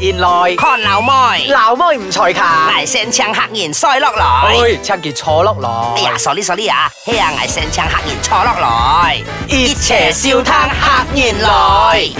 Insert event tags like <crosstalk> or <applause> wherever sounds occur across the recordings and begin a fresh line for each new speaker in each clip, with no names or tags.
現來，
看老妹，
鬧妹唔才勤。
捱聲唱客言衰落來。
哎，趁件坐落
哎呀
來，
，sorry sorry 啊，嘿啊，捱聲唱客言錯落來。
熱
邪笑嘆客言來。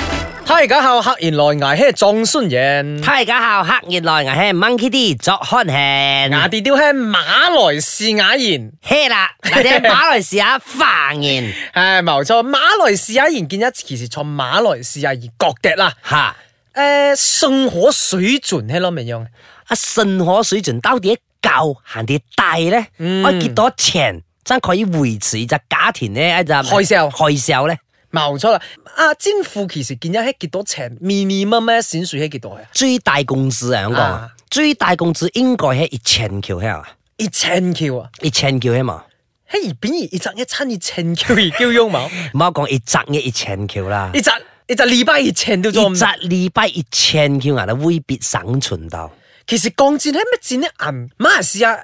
嗨，家下客言來捱嘿撞孫人。
嗨，家下客言來，捱嘿 monkey D 作看
牙
慶。
地雕嘿馬來西亞言，
嘿啦，我哋馬來西亞方言。
唉冇錯，馬來西亞言見一其實從馬來西亞而覺嘅啦。
吓，
誒，信可水準係咯，咪樣。
啊，信可水準到底夠行啲低咧？
嗯
我幾多錢真可以維持隻價錢咧？一隻
開銷
開銷咧，
冇錯啦。啊，政府其實見一係幾多錢，minimum 咧閃水係幾多啊？
最大工資啊，香港
啊
最大工資應該係一千橋係嘛？
一千 Q 啊，
一千橋係嘛？
喺而邊而一陣一餐一千 Q 而叫用冇，
唔好講一集嘅一千橋啦，
一陣一陣禮拜一千都
一
做唔
集。禮拜一千橋啊，都未必生存到。
其實鋼戰喺乜戰咧？銀馬來西亞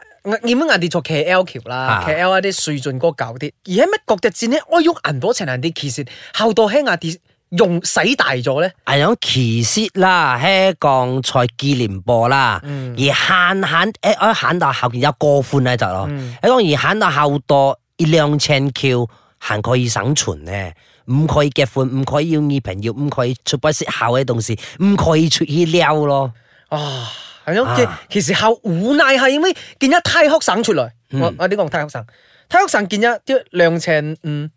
你們銀啲做 K L 橋啦
啊
，K L 一啲水準高搞啲，而喺乜國際戰咧？我用銀多錢銀啲，其實後到喺亞啲用使大咗咧，
係講其實啦，喺講在紀念波啦，
嗯
而限限誒，我限哎到後邊有過寬喺度咯。
嗯
哎喺講而限到後多一兩千 Q，限可以生存咧，唔可以結婚，唔可以要女朋友，唔可以出不識考嘅東西，唔可以出去撩咯。
啊，係咯，其
啊
其實後無奈係因為見一泰學省出來，我我啲講泰學省，泰學省見一啲兩千五，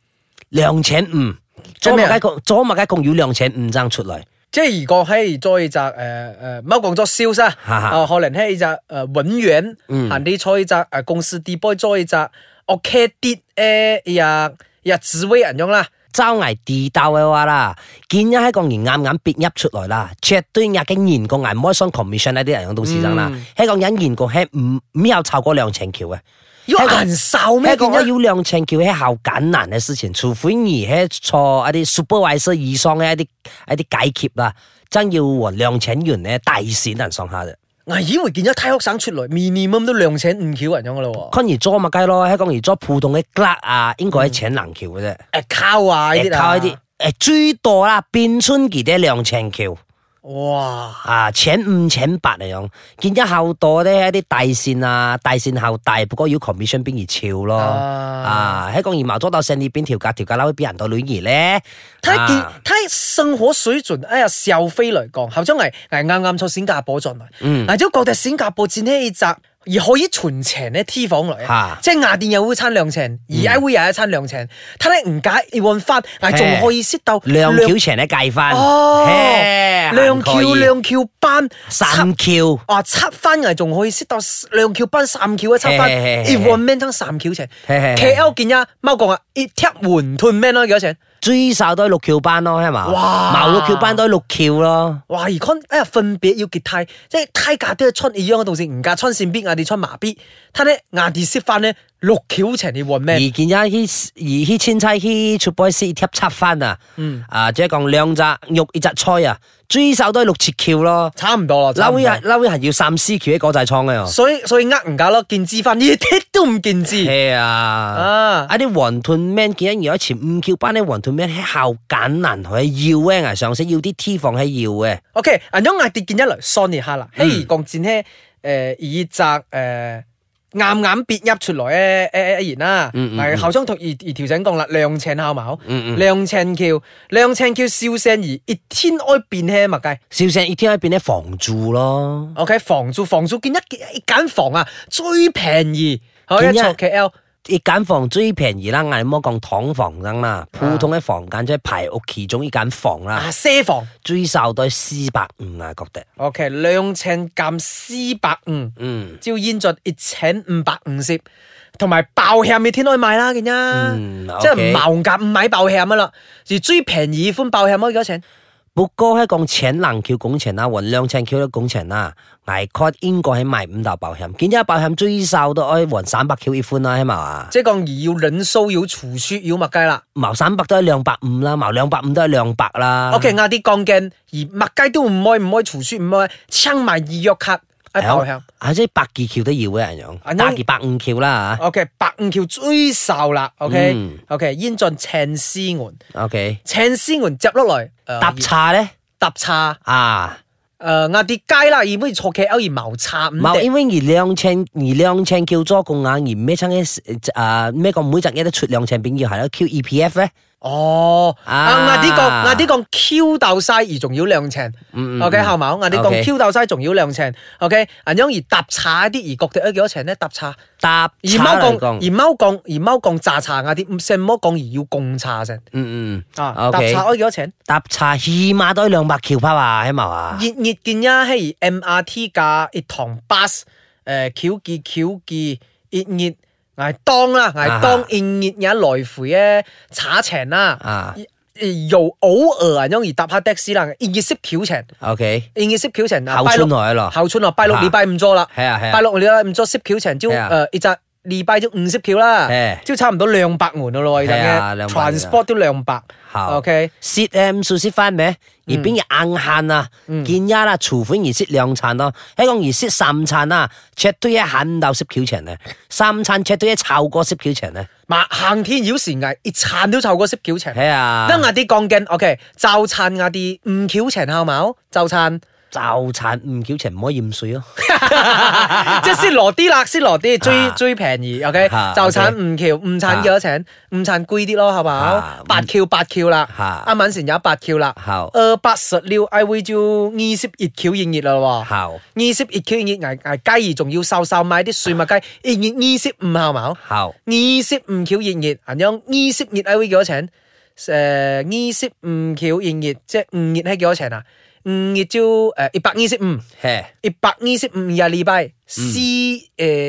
兩千五，
做
左
咩
物
啊
雞共左物雞共要兩千五爭出嚟，
即係如果喺再就誒誒某講咗 sales 啊，
哈哈
啊可能喺就誒揾員，行啲再就誒呃公司啲 boy 再就 OK 啲誒呀呀紫薇人樣啦。
周危地道嘅話啦，見一喺個人啱啱別入出來啦，絕對壓嘅研究挨唔開 commission 啊呢啲人用到市場啦，喺個人研究係唔唔有超過兩千啊橋嘅。
要
香港
人手咩？
喺個
見
我
一
要兩千橋係好簡難嘅事情，除非你係坐一啊啲 supervisor 以上嘅一啲一啲解決啦，真要和兩千元咧大線人上下嘅。
我以為見咗泰國省出來 minimum 都兩千五橋人樣噶啦喎。
con 而做咪雞咯，喺講而做普通嘅 glass 啊，應該係請能橋嘅啫。
誒靠啊！呢
誒
啲
靠
啊
一啲，誒最多啦，變春期啲兩千橋
哇！
啊，請五請八嚟樣，見咗後多咧一啲大線啊，大線後大，不過要 commission 邊而超咯。
啊
啊，喺講而矛咗到上呢邊條價條價撈俾人到女兒咧，
睇見
啊
睇生活水準，哎呀，消費嚟講，後將嚟係啱啱從新加坡進來，
嗯
嗱，只覺得新加坡戰呢一集而可以存錢咧 T 房嚟
嚇，嗯
即係雅典有一餐兩錢，而 I 會有一餐兩錢，睇你唔解要揾翻，係仲可以識到
兩橋前咧計翻，
哦
嘿
兩
行可
橋
以
兩橋班
三橋。
啊，七番藝仲可以識到兩橋班三橋啊，七番
嘿嘿
一
嘿嘿
one man ทั้งสาม橋程
嘿嘿
，K L 見呀，貓講啊，一踢換斷 man 咯幾多錢？
最少都係六橋班咯，係嘛？
哇
茅六橋班都係六橋咯。
哇！而 con 哎呀，分別要結泰，即係泰價都係穿一樣嘅東西，唔價穿線邊，我哋穿麻邊。睇咧，我哋識翻咧六橋情你換
而
咩？
見而而千妻去出波先貼七翻啊！啊，即係講兩隻肉一隻菜啊，最少都係六切橋咯。
差唔多啦，差唔多
嬲一嬲一係要三思橋喺國際倉嘅喎。
所以所以呃唔價咯，見知翻一啲都唔見知
係啊！
啊！
啊啲雲吞麵見而家前五橋班啲雲吞麵喺後簡難佢要嘅，係上色要啲 T 房係要嘅。
OK，銀樣我哋見一嚟 Sony 下啦，嘿，講戰咧誒以擲誒。啱啱別入出來誒誒一言啦，
嗯嗯
係後生同而而調整講啦，兩尺口冇，
嗯嗯，
兩尺橋，兩尺橋笑聲而一天愛變輕物計。
少聲一天喺邊咧房住咯。
OK，房租房租見一一間房啊，最便宜，好
見
一
一
坐 KL
一間房最便宜啦，我哋唔好講躺房咁啦，普通嘅房間即係排屋其中一間房啦
啊，，些房。
最少都係四百五啊，覺得。
OK，兩千減四百五，
嗯，
照現在一千五百五十，同埋爆險嘅天可以買啦，見呀，
嗯
即係
OK
冇價唔買爆險啊啦，而最便宜款爆險可以幾多錢？
不過喺講請能橋工程啦，或兩千橋嘅工程啦，挨 cut 應該係賣五道保險，見咗保險最少都可以還三百橋一款啦，係嘛？
即係講而要忍數要儲蓄要物計啦。
毛三百都係兩百五啦，毛兩百五都係兩百啦。
OK，啱啲鋼鏡而物計都唔可以唔可以儲蓄，唔可以撐埋二約卡啊
係啊
爆險。
啊，即係百二橋都要嘅人
啊
樣，百二百五橋啦
OK，百五橋最受啦。OK，OK，、
嗯
現在請司門，
吓。OK，
請司門接落來，呃
搭叉咧
搭叉
啊，
呃壓啲街啦，而唔可以坐 K L 而茅叉五
冇，
地，
因為而兩尺而兩尺叫咗共硬，而咩親嘅啊咩個每隻嘢都出兩尺變要係咯，Q E P F 咧，
哦，
啊
啊壓啲講壓啲講 Q 鬥晒而仲要兩程
嗯
，OK 後冇壓啲
OK
講 Q 鬥晒仲要兩程，OK，銀樣而搭叉啲而覺得誒幾多程咧搭叉，
搭
而貓
嚟
講
講，
而貓講而貓講炸叉壓啲，唔使唔好講而要共叉先，
嗯嗯
啊搭
，OK，
叉開幾多程？
搭茶起碼都兩百橋拋啊，喺冇啊，
熱熱見呀，嘿 MRT 架熱堂 bus，誒橋記橋記熱熱，捱當啦，捱當
啊
熱熱也來回咧查程啦，
啊
誒又偶爾啊，因而搭下的士啦，熱熱識橋程，
，OK，
熱熱識橋程啊，
後
拜
村
六
來咯，
後春啊，拜六
啊
禮拜五咗啦，
係啊係啊
拜，六禮拜五咗識橋程，朝
係啊
誒一集禮拜朝五識橋啦
係，
朝差唔多兩百門咯喎，已經
係啊兩百門啊
transport 都兩百
好
，OK，
蝕誒五數蝕翻咩？而邊嘅硬限啊，
嗯
見一啦，除款而蝕兩餐咯，香港而蝕三餐啊，check 到一限到蝕橋場咧，三餐 check 到一炒過蝕橋場咧，
嘛行天繞時捱，一餐都湊過識橋程。
係啊，
因為啲講緊，OK，就趁我啲唔橋情後冇，就
<laughs>
趁，
就餐唔橋場唔可以唔水哦咯，
即係先落啲啦，先落啲，最
啊
最便宜，OK，
啊
就趁唔橋，唔趁幾多錢，唔趁貴啲咯，好
啊
冇？八橋八橋啦
啊，
啱啱先有八橋啦，
好
二八十六，I will 就二十熱橋熱熱啦喎。
好
二十熱橋熱捱捱雞，仲要瘦瘦買啲蒜麥雞，熱熱二十五後冇？
好
二十五橋現熱，銀樣二十熱係會幾多呃錢？誒、二十五橋現熱，即係五熱係幾多錢啊？五熱招誒一百二十五，
嘿，
一百二十五日禮拜，四誒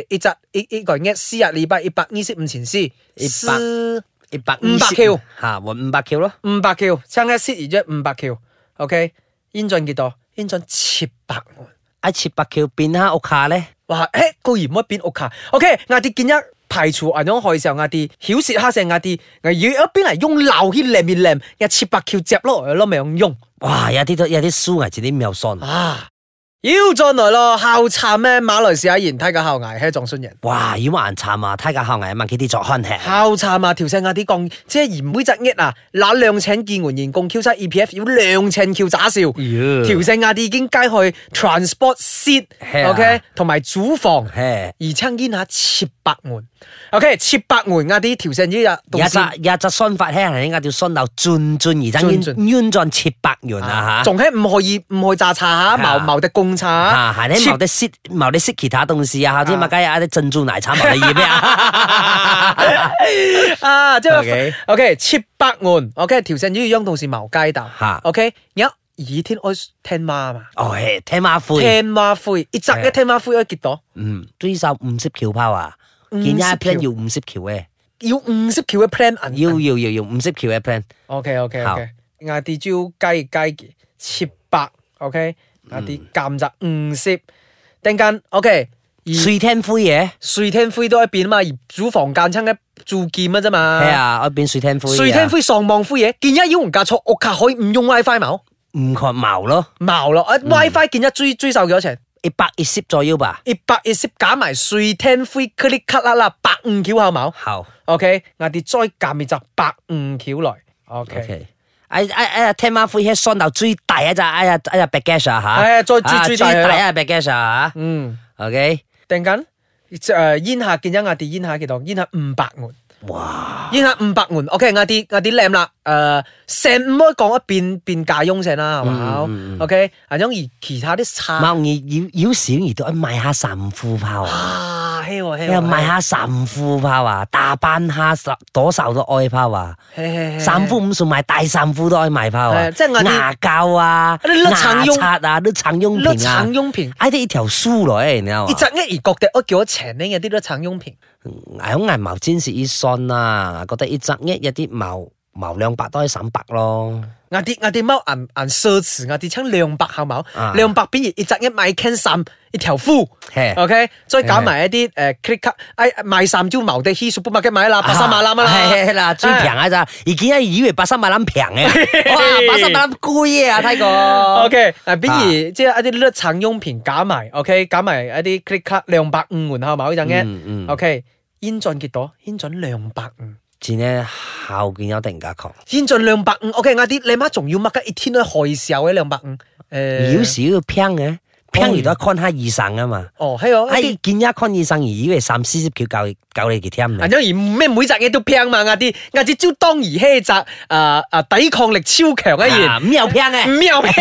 一集一一個月四日禮拜一百二十五前四，四
一百
五百橋
嚇，揾五百橋咯，
五百橋，差一四而家五百橋，OK，英俊幾多？英俊七百萬。
一切啊百橋變下屋卡咧，
哇！誒，固然唔可以變屋卡。OK，我哋見一排除銀行害時候，我哋曉舌黑聲，我哋我要一邊嚟用鬧去舐面舐，一切白橋接落嚟咯，咪用用
哇！有啲都有啲書危自己唔有信，
啊！妖再來咯，校慘咩？馬來西亞人睇嘅校牙係撞信人。
哇！要話人慘啊，睇下後危問幾啲作看吃，
校慘啊！條聲我啲講，即係而每隻一啊，那兩請見援員共 Q 七 EPF 要兩請 Q 渣笑。條聲我哋已經街去 transport seat，OK，、
係啊
同埋主房。
嘿。
而青煙下切白門，OK，切白門啊啲條線呢啊，
有一隻有一隻信法聽人家叫信到轉轉而真
轉
冤
轉
冤狀切百元啊嚇！
仲係唔可以唔可以炸茶下，
啊
矛矛的共茶
啊，係咧，冇得識，冇得識其他東西啊！啲乜雞啊，啲珍珠奶茶冇得飲咩啊？
<laughs> 啊，即
OK
係 OK 切白門，OK 條線呢樣同是矛街道
嚇
，OK 有倚天愛聽媽嘛，
哦，係聽馬灰，
聽媽灰，一扎
係啊
一聽媽灰可以結到
嗯，呢首五色橋拋啊，
五
見
色
一 plan
橋
要五色橋嘅，
要五十條嘅 plan 銀
要要要要五色橋嘅 plan，
，OK OK
好
OK，我哋招雞雞切白，OK 我哋監察五十，等間 OK。而
水聽灰嘢，
水天灰都一邊啊嘛，而主房間親一做劍啊啫嘛。
係，啊，我變水聽灰啊，
水天灰喪望灰嘢，見一要唔嫁錯，屋卡可以唔用 WiFi 冇？
唔確矛咯，
冇咯，啊 WiFi 見一追追售幾多錢？
一百一攝左右吧，
一百二十加埋水天灰 click cut 啦啦，百五橋後冇
好。
？OK，我哋再減咪就百五橋來。OK，
OK，哎哎哎呀，聽晚灰黑上到最大一隻，哎呀哎呀 big gas 啊吓，
哎呀再最
啊
最
最
大
大
佢啦
一隻 big gas 啊
嗯，
吓，OK，
定緊誒煙下見一我哋煙下幾多？煙下五百門。
哇，
依家五百門，OK，啱啲啱啲靚啦。誒，成唔可以講一變變價翁成啦，係
嗯嗯嗯
嘛？OK，啊，因而其他啲差
貓兒要要小兒都買下神褲炮啊，
啊，嘿喎嘿
又
喎，
買下神褲炮啊，大班下十多少都愛炮啊，
嘿，嘿嘿
衫褲唔算買，大衫褲都愛買炮啊，
係即係我哋
牙膠啊，
你甩
牙
橙翁
刷啊，都橙用
甩
片啊
橙，翁片，
哎啲一條梳來，你知道
一
嘛？
隻一而覺得我叫咗長呢，有啲都橙翁片，
喺銀毛尖是一信啊，覺得一執一有啲毛毛兩百都係省百咯。
啱啲啱啲貓銀銀奢侈，啱啲稱兩百係
啊
冇？兩百邊而一隻一買 can 衫一條褲
嘿
，OK，再搞埋一啲誒 click cut，哎買衫招毛地 he supermarket 買啦，八三馬攬啊啦。
係啦，最平啊咋？而家以為八三
<laughs>
八攬平嘅，哇，八三八攬貴啊，睇過。
O K，嗱，比如即係一啲甩橙用片加埋，O K，加埋一啲 click cut 兩百五門口買嗰陣嘅
嗯嗯
，O K，煙準幾多？煙準兩百五，
前呢後見有定價狂，
煙準兩百五，O K，啱啲你媽仲要乜嘅？一天都害少嘅兩百五，誒
有時要平嘅，平完都看下醫生啊嘛。
哦，喺個
哎
一啲，
見一看醫生而以為三四十條教教你嘅聽
啊
唔？
因為咩每集嘢都平嘛，亞啲亞啲招當而欺責，啊啊抵抗力超強啊！然
啊唔有平嘅，
喵平，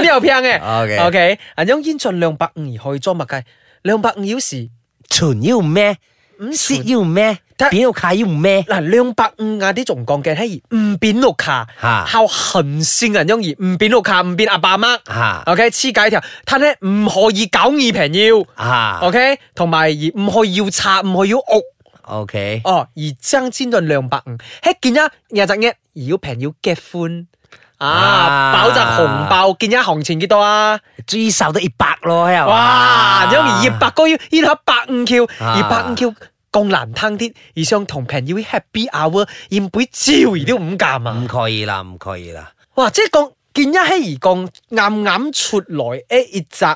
喵平
<laughs>
嘅。
OK
OK，人種煙盡兩百五而去裝物計，兩百五小時。
存要咩？蝕要咩
但？
扁要卡
<laughs>
要咩？
嗱，兩百五啊啲仲講嘅係唔變六卡，
嚇
靠行線人種而唔變六卡，唔變阿爸媽。
嚇
OK，黐解條，但係唔可以搞二平要。
嚇
OK，同埋而唔可以要拆，唔可以要屋。
，OK。
哦，而爭先進兩百五，喺見一廿隻一，而要平要結歡啊，
啊
爆炸紅爆，見一行情幾多啊？
最少都一百咯，係嘛？
哇！因為二百個要要到一百五 Q，
啊
二百五 Q 更難聽啲，而上同平要 happy hour，而每朝而都五減啊！
唔可以啦，唔可以啦。
哇！即係講見一起而講啱啱出來誒一集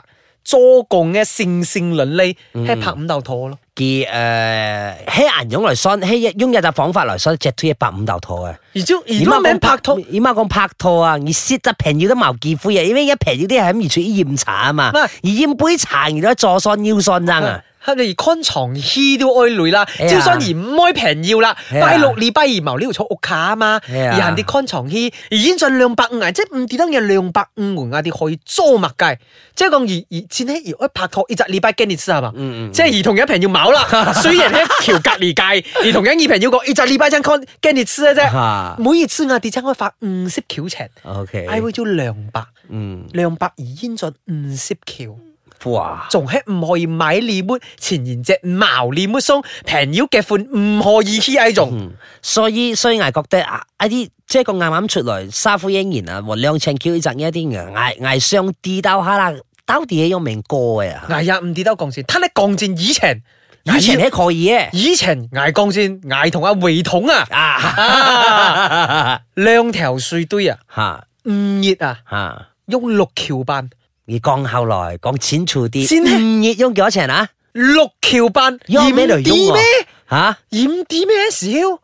做共嘅性性倫理，係拍五豆拖咯。
佢誒喺銀用嚟信，喺用一隻方法嚟信，只推一百五頭套嘅。
而朝而都名拍拖，唔
而家講拍拖啊，而蝕得平要都冇結婚啊，因為一平要啲係咁而處於飲茶啊嘛，
唔係
而飲杯茶而都助信腰信爭
係
啊。
呃你而 con 床 he 都愛累啦，
哎呀
招商而唔愛平要啦，
哎呀
拜六禮拜二謀呢條坐屋卡啊嘛，
哎呀
而行啲 con 床 he，而已經盡兩百五啊，即係唔跌得嘅兩百五門啊啲可以租麥計，即係講而而前呢而一拍拖，一集禮拜驚你知係嘛？
嗯嗯
即係兒童一平要冇
<laughs>
啦，雖然咧橋隔離界，兒童一二平要講一集禮拜真 con 驚你知嘅啫
嚇，
每次我哋真開發五十橋程，
OK，
I 會做兩百，
嗯，
兩百而應盡五十橋。
哇，
仲係唔可以買禮物，前言只毛禮物送平妖嘅款唔可以起嗌種。
嗯，所以所以我覺得啊，一啲即係個啱啱出來沙夫英然啊，和兩千叫呢陣一啲嘅，嗌嗌上地道下啦，到底係用名歌嘅啊，
捱呀唔跌得鋼線，睇你鋼線以前，
以前係可以嘅
以前捱鋼線捱同阿維桶啊，
<laughs> 啊，
兩條水堆啊，
嚇
唔熱啊，
嚇。
用六橋辦，
你講後來講淺處啲，
先
唔熱用幾多錢啊？
六橋辦，
用咩嚟
染
用
啲
啊
咩？
吓，
染啲咩少？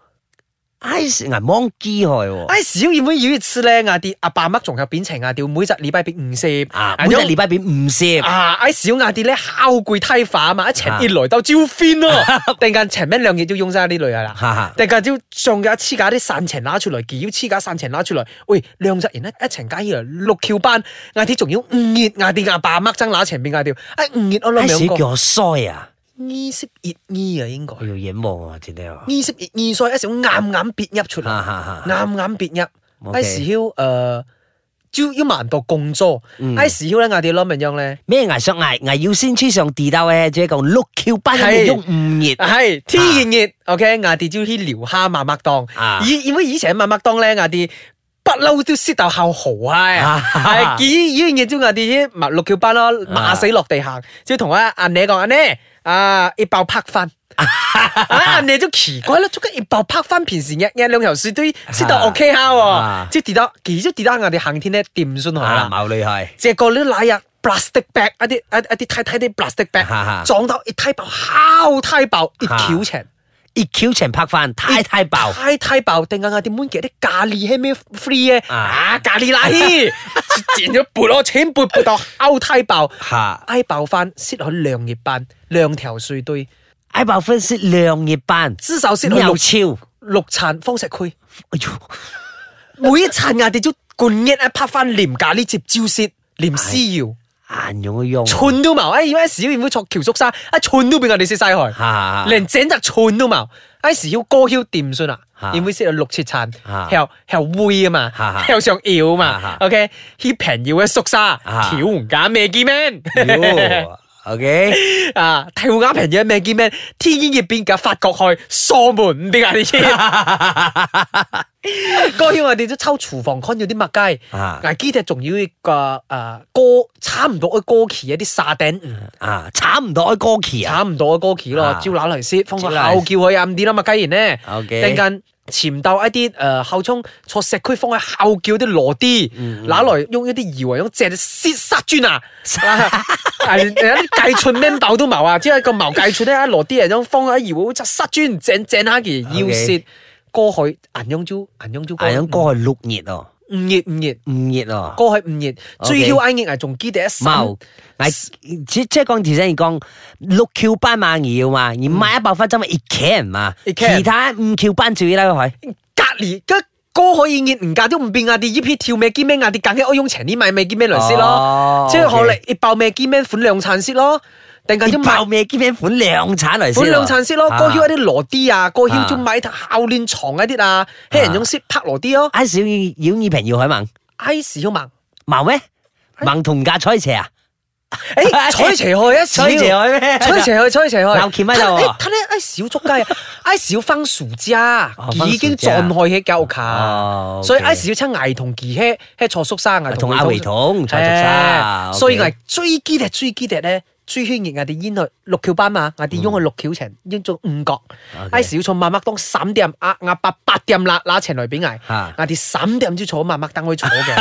唉，銀芒機害喎，
唉少染會要次咧，嗌啲阿爸乜仲有扁情嗌掉，每隻禮拜俾五十
啊，每隻禮拜俾五十，
啊！喺小亞啲咧烤攰梯化啊嘛，一程熱來到招飛咯， <laughs> 突然間前面兩嘢都用晒呢類啊啦。
哈哈，
突然間要上架黐架啲散程拉出來，幾要黐架散程拉出來，喂，兩隻人咧一程加起來六橋班，嗌啲仲要五熱，嗌啲阿爸乜爭乸前邊嗌條，哎五熱我攞
唉，
兩
小
個，
腳衰啊，
二十熱二啊應該，
我要影望啊，真係啊，
二十熱二所以一時啱啱別入出嚟，
哈哈哈，
啱啱別入。
OK
喺時要誒，朝要萬度共租，喺時要咧嗌啲攞命樣咧。
咩牙上牙牙要先黐上地道嘅，即係講六橋班
係
嘅用唔熱，
系天然熱 o k 我哋朝去撩蝦麻麥檔
啊，
以因為以前嘅麥麥檔咧，我哋不嬲都識到後豪啊，
啊
係幾依樣嘢朝我哋啲麥六橋班咯，罵死落地行，朝同阿阿你講阿你啊，一爆拍
<laughs>
翻。啊！你都奇怪啦，做緊一爆拍翻平時日日兩條水都識到
啊
OK 下
啊
喎，即係跌到，其實跌到我哋行天咧掂酸下
啊，
啦。
冇厲害，
借個啲奶啊 plastic bag 一啲一一啲睇睇啲 plastic
哈哈
bag 撞到一睇爆，敲睇爆，一
哈
橋情，
一橋全拍飯太太爆，
睇睇爆，定眼眼點滿嘅啲咖喱係咩 free 嘅
啊
啊咖喱奶，剪咗撥我錢撥撥到敲睇爆，
嚇，
挨爆翻，塞去兩葉班，兩條碎堆，
挨爆分析兩熱班，
至少塞去六
又超，
六層方石區，
哎呦，
每一層我哋都灌一一拍翻廉咖喱接招舌，廉私瑤，
眼用都用，
串都冇，哎，而家時要唔會坐橋叔山，一串都俾我哋食晒佢。
嚇，
連整隻串都冇，嗰時要歌曉掂算啦
嚇，
因為識有六切餐，
嚇
又又灰啊嘛
嚇，嚇
又上搖嘛
嚇
，OK，佢平要嘅縮沙，
嚇
跳唔假咩機 man
哟，OK。
啊，跳唔假平嘢咩機 man，天煙入邊嘅法國去鎖門唔啲啊啲煙，歌曉我哋都抽廚房 con 咗啲麥雞，
啊
但係基仲要個誒歌差唔多嘅歌詞一啲沙頂唔
啊，差唔多歌期啊，
差唔多嘅歌詞咯
啊，
招攬嚟先，放個
招攬
後叫佢暗啲啦嘛，雞然咧，突
OK
然間潛到一啲誒後衝坐石區放喺後叫啲羅啲，拿來用一啲搖啊，用隻切殺
<laughs>
磚啊，啊連連一啲計寸 m e 都冇啊，只係個毛計寸咧，一羅啲人用放喺搖，隻殺磚正正下嘅要
OK
切過去銀庸蕉銀庸蕉
啊，咁
去
歌係六熱哦，
唔熱唔熱，
唔熱啊。
過去唔熱，
OK
最要嗌熱係仲基地一手。
冇，嗱，即即係講條聲講六橋班嘛要嘛，而買一百分針咪 it can 嘛，
It can
其他五橋班注意啦佢。
隔離嘅歌可以熱，唔嫁都唔變啊！啲依片跳咩兼咩啊！啲揀嘅我用前啲買咩兼咩嚟先咯，
哦
即係學
OK
嚟熱爆咩兼咩款量產先咯，定緊
你
要買
爆。咩兼咩款量產嚟先喎？
款量產先咯，
啊
歌曉一啲羅啲啊，歌曉仲
啊
買校練床嗰啲啊，黑人用 sit 拍羅啲咯
啊小要要二平要海盲
，ice 曉盲，
盲咩？盲同架彩斜啊？
誒彩斜去一
彩斜
小。
去咩？
吹邪
<laughs>
去，吹邪去，
鬧鉗喺度喎
他呢，哎小捉雞
<laughs>
啊，哎小分薯渣
哦，分
已經
薯渣
撞害起教卡
哦，
所以
OK
哎小親捱同忌吃吃錯宿生啊，
同阿維同蔡淑
哎
莎，
所以
OK
係追基嘅追基嘅咧。追圈熱我哋煙去六橋斑馬，我哋用去六橋程，用做五角。
OK
哎小從慢慢當三點，壓壓八八點啦，嗱程來俾
<laughs>
捱
嚇。
我哋三點先坐慢慢等佢坐嘅，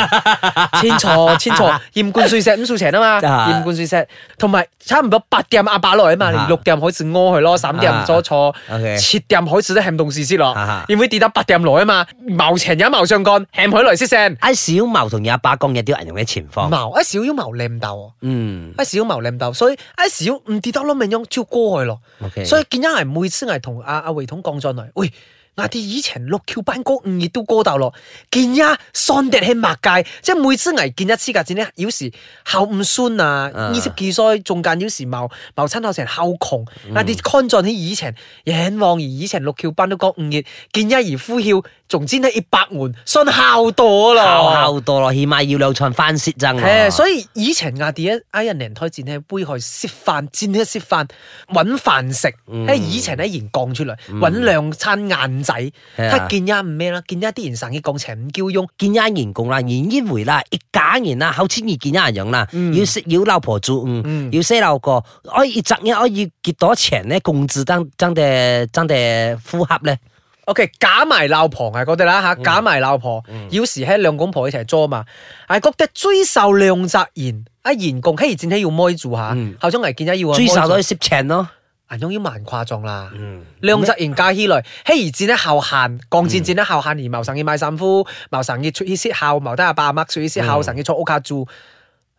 千錯千錯，鹽罐碎石五素程啊嘛，
<laughs> 啊
鹽罐碎石，同埋差唔多八點壓把落嚟啊嘛，你
啊
六點開始屙佢咯，三點
啊
左坐，
OK
七點開始都喊動事先咯
啊啊，
因為跌到八點來啊嘛，矛程也矛上幹，喊佢來先哎聲。
阿小矛同阿爸講有啲人用嘅前方，
矛一小要矛舐豆。
嗯
一小矛舐豆，所以一小唔跌得咯，咪用招過去咯。
，OK，
所以見一係每次係同阿阿維統講咗嚟，喂，我哋以前六橋班歌五月都歌到咯，見一算跌喺麥界，即係每次係見一次架戰呢，有時後唔酸啊，
啊
二十幾歲中間有時矛矛親後成後窮，我哋看盡喺以前，仰望而以前六橋班都講五月，見一而呼叫，仲知呢一百門信孝多咯。
孝孝多咯，起碼要兩場翻蝕爭
誒，
啊。
所以以前亞啲一 Iron 人推薦咧，杯去食飯，煎一食飯，揾飯食。
嗯
喺以前咧，現講出嚟揾兩餐晏仔，
係
睇
啊
見一唔咩啦，見一啲人生嘅講情唔叫用。
見一人共啦，然一回啦，一假然啦，好千二見一人樣啦，要識要老婆做嗯，要識老個，我一賺嘢我要幾多錢咧？共治爭爭嘅爭嘅呼合咧，
OK，假埋鬧婆係嗰啲啦
嗯
嚇，假埋鬧婆，有時喺兩公婆一齊做嘛，係覺得追受兩責言，啊言共嘿戰起要妹做下
嗯，
後中危見一要啊
追
妹
手
做
都要識錢咯。
銀庸要蠻誇張啦。
嗯，
兩隻人加起來，希而戰得後限，降戰戰得後限而謀神嘅買衫褲，謀神嘅出去識孝，謀得阿爸阿媽出去識孝，神嘅坐屋卡住。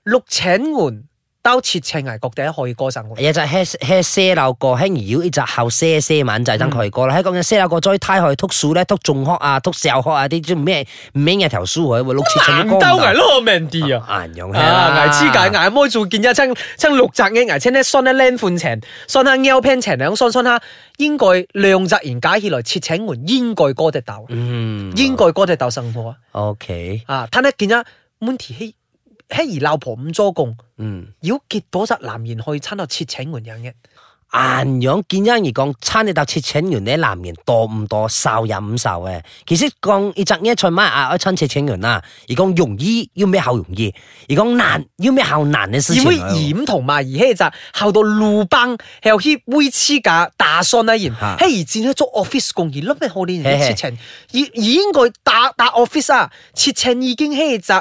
六請門兜切請危各地可以歌神喎。
有隻 hair hair 些老個，輕而妖一隻後些些晚就係爭佢個啦。喺講緊些老個再胎去篤樹咧，篤中學啊，篤小學啊啲即咩唔咩嘢頭書佢，會六次成
難
啲歌
兜
唔
危
得。
咯，Mandy 啊！
難用係
啊！
啦
危之解危妹做見一親親六隻嘅危青咧，酸一靚款情，酸下 L pen 情兩酸酸下，應該兩隻人加起來切請門，應該歌得鬥，
嗯
應該歌得鬥生活
，OK，
啊！睇得見啊，Mandy 希希而鬧婆唔作共。
嗯。
妖結到隻男人去餐到切請門樣嘅，
硬樣見人而講，餐你搭切請完呢男人多唔多受有唔受嘅？其實講一陣一出乜啊，一餐切請完啦，而講容易要咩後容易，而講難要咩後難嘅事
而
情
會
嚟喎。
染同埋而希就後到路崩，又希會黐架打傷啦，然希
嚇
而戰咗做 office 工而諗咩好啲
嘿
切
嘿
請，而而應該打打 office 啊，切請已經希就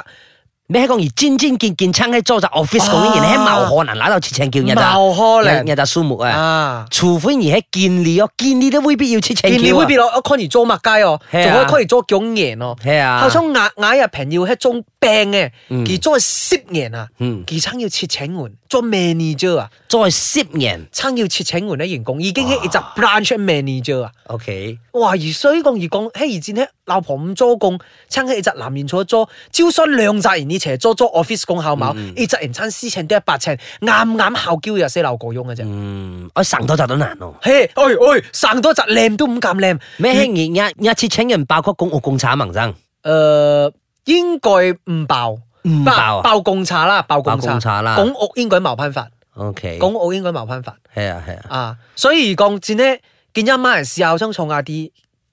你喺講而尖尖見見撐喺租就 office 講啲人喺
啊
冇可能拿到切請叫人咋，
冇可能
人就數目啊。
啊。
除非而喺見你哦，見你都未必要切請
見你
叫
會
啊。
變落 Connie 做麥街哦，仲
嘿
可
啊
以 Connie 做囧年哦，
係啊，
後生牙牙入平要喺種病嘅，
嗯
佢做攝年啊，
嗯
佢撐要切請門，做 manager 啊，
再攝人
撐要切請門咧員工已經係一隻 branch manager 啊。
，OK，
哇！而所以講而講，嘿而戰呢，老婆唔做工，撐起一隻男人坐咗，招商兩隻人以前做做 office 工效冇，
嗯
一隻人撐私情都一百尺，啱啱效嬌又死流過用嘅啫。
嗯，我省多就都難咯。
嘿，哎哎，生多隻靚都唔咁靚，
咩輕而一一次請人爆谷共我共產盟爭。
誒應該呃唔爆，
唔爆啊
爆共茶啦，爆共
爆
茶
共茶啦
拱屋應該冇辦法，
O K，
拱屋應該冇辦法。
系啊系啊，
啊，所以講真咧，見一媽人試下想創亞啲，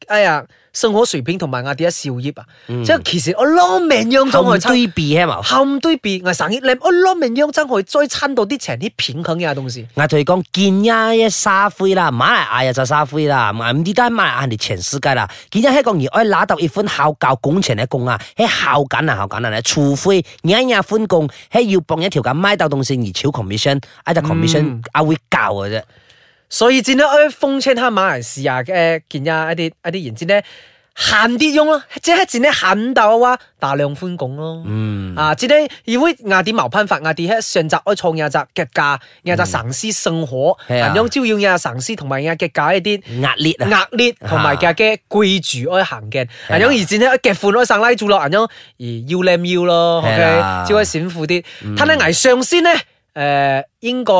哎呀，生活水平同埋亞啲一少業啊，
嗯
即係其實我攞命樣將
後
佢撐，
對比系嘛？
後唔對比，我省啲靚，我攞命樣將佢再撐到啲情啲片咁嘅東西。
我同你講，見一一沙灰啦，馬來亞又就沙灰啦，唔知都係馬來亞人哋全世界啦。見一香港而我拿到一款孝教工程嘅工啊，喺孝緊啊孝緊啊咧，除非一日分工，喺要幫一條咁買到東西而超 commission，一隻 commission 啊會教嘅啫。
所以戰咧，我奉稱下馬來西亞嘅見一一啲一啲言戰咧，限啲用咯，即係真係限到啊，大量寬拱咯。
嗯，
啊，即係因為亞啲毛攀法亞啲喺上集我創亞集嘅價，亞集省思生活，
係啊
人樣招要亞省思同埋亞嘅價一啲。
壓裂啊，
壓裂同埋嘅嘅跪住可以行嘅，
係啊
人樣而戰咧嘅款可以上拉住落，人樣而腰靚腰咯
係啦
，OK，只可以閃褲啲。睇你危上先咧，誒應該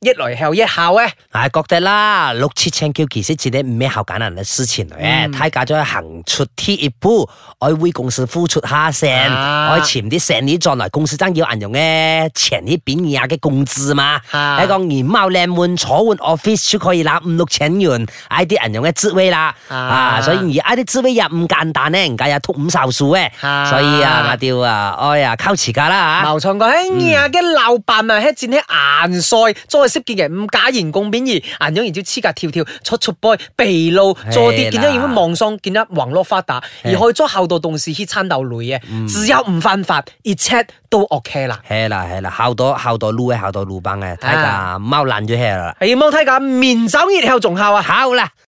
一來後一後咧，
係覺哎得啦，六七千 Q 其實真係唔咩好簡單嘅事情嚟
嗯
嘅，睇家咗行出第一步，我為公司付出下先，
啊
我前啲成年再來公司爭要銀用嘅前呢邊而家嘅工資嘛，哎
啊
喺個年貓靚換坐換 office 就可以拿五六千元，喺啲銀用嘅職位啦，
啊
啊，所以而家啲職位又唔簡單咧，人家又吐五壽數嘅，
啊
所以啊，我哋啊，哎呀，靠持家啦嚇。
劉長講喺呀嘅老闆啊，喺戰喺顏帥，再識見人唔假言共貶義，顏樣而照黐格跳跳，出出 boy 避路坐跌，
係啦
見到如果望上見得橫落發達，而去咗後度同事去餐鬥女嘅，只有唔犯法，而且都 OK 啦。
係啦係啦，好多好多路哎嘅，好多路班嘅，睇下
啊
貓爛咗 hair 啦。
係要冇睇下面走熱後仲效啊！
好啦。